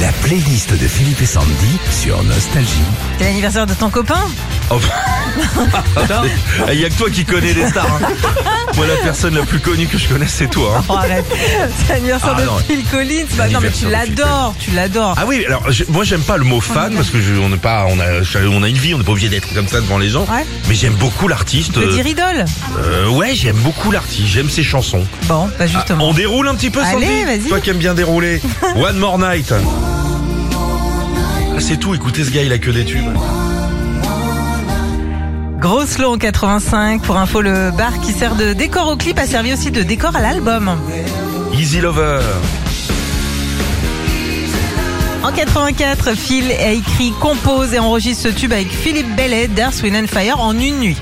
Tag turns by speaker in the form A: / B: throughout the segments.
A: La playlist de Philippe et Sandy sur Nostalgie.
B: C'est l'anniversaire de ton copain
A: Oh, il n'y a que toi qui connais les stars. hein. Moi, la personne la plus connue que je connaisse, c'est toi. hein.
B: Oh arrête C'est l'anniversaire
A: Ah,
B: de
A: non.
B: Phil Collins Bah non mais tu
A: L'anniversaire de Phil
B: l'adores, tu l'adores
A: Ah oui, alors je- moi, j'aime pas le mot fan parce que je- on n'est pas, on a, je- on a une vie, on n'est pas obligé d'être comme ça devant les gens.
B: Ouais.
A: Mais j'aime beaucoup l'artiste.
B: Je veux dire idole
A: Euh, ouais, j'aime beaucoup l'artiste. J'aime ses chansons.
B: Bon, bah justement.
A: On déroule un petit peu, Sandy
B: Allez, vas-y.
A: Toi qui aimes bien dérouler. One More Night. Ah, C'est tout, écoutez ce gars, il a que des tubes.
B: Grosse lot en 85, pour info le bar qui sert de décor au clip a servi aussi de décor à l'album.
A: Easy Lover.
B: En 84, Phil a écrit, compose et enregistre ce tube avec Philippe Bellet d'Earth, Wind and Fire en une nuit.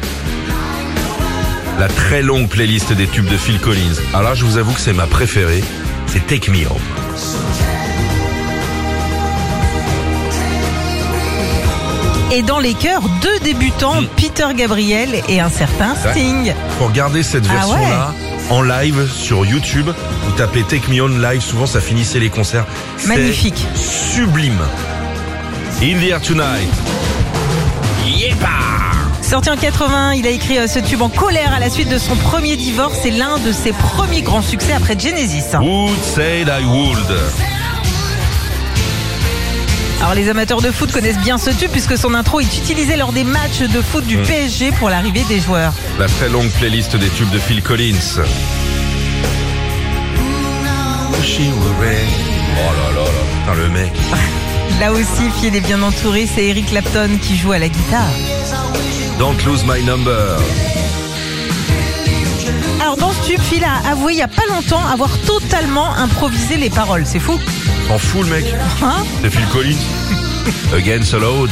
A: La très longue playlist des tubes de Phil Collins. Alors là, je vous avoue que c'est ma préférée. C'est Take Me Home.
B: Et dans les chœurs, deux débutants, Peter Gabriel et un certain
A: Hmm. Ouais.
B: Sting.
A: Faut regarder cette
B: Ah
A: version-là en live sur YouTube. Vous tapez Take Me On live, souvent ça finissait les concerts. C'est
B: Magnifique.
A: Sublime. In the air tonight.
B: Sorti en 80, il a écrit euh, ce tube en colère à la suite de son premier divorce et l'un de ses premiers grands succès après Genesis.
A: Would said I would.
B: Alors les amateurs de foot connaissent bien ce tube puisque son intro est utilisée lors des matchs de foot du PSG pour l'arrivée des joueurs.
A: La très longue playlist des tubes de Phil Collins. Oh là là là. Putain, le mec.
B: Là aussi, Phil est bien entouré, c'est Eric Clapton qui joue à la guitare.
A: Don't lose my number.
B: Alors dans ce tube, Phil a avoué il n'y a pas longtemps avoir totalement improvisé les paroles, c'est fou
A: T'en fous le mec.
B: hein
A: C'est Phil Collins. Against the Load.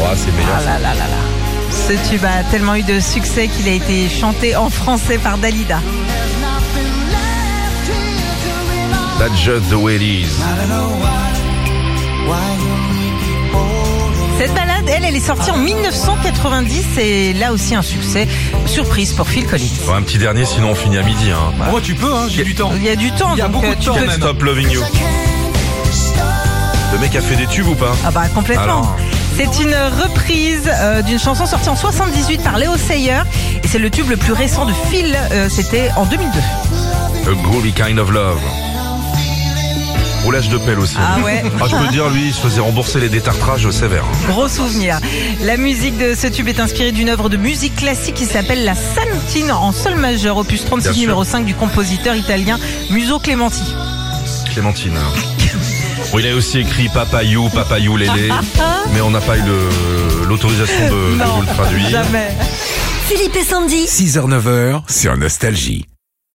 A: Oh, c'est meilleur. ça.
B: Ce tube a tellement eu de succès qu'il a été chanté en français par Dalida.
A: That's just the way it is.
B: Cette balade, elle, elle est sortie en 1990 et là aussi un succès surprise pour Phil Collins.
A: Bon, un petit dernier, sinon on finit à midi. Hein.
C: Moi, tu peux, hein, j'ai du temps.
B: Il y a du temps,
C: Il y a
B: donc
C: beaucoup
B: euh,
C: de
B: tu
C: temps,
B: peux-
C: même.
A: Stop loving you. Le mec a fait des tubes ou pas
B: Ah bah complètement.
A: Alors.
B: C'est une reprise euh, d'une chanson sortie en 78 par Léo Sayer et c'est le tube le plus récent de Phil. euh, C'était en 2002.
A: A groovy kind of love. Roulage de pelle aussi.
B: Ah ouais.
A: Ah, je peux dire, lui, il se faisait rembourser les détartrages sévères.
B: Gros souvenir. La musique de ce tube est inspirée d'une œuvre de musique classique qui s'appelle la Santine en sol majeur, opus 36
A: Bien sûr.
B: numéro 5 du compositeur italien Muso Clementi.
A: Clémentine. Bon, il a aussi écrit Papayou, Papayou Lélé,
B: Ah,
A: mais on n'a pas eu le- l'autorisation de, de
B: non,
A: vous le traduire.
B: jamais.
D: Philippe et Sandy.
E: 6h-9h sur Nostalgie.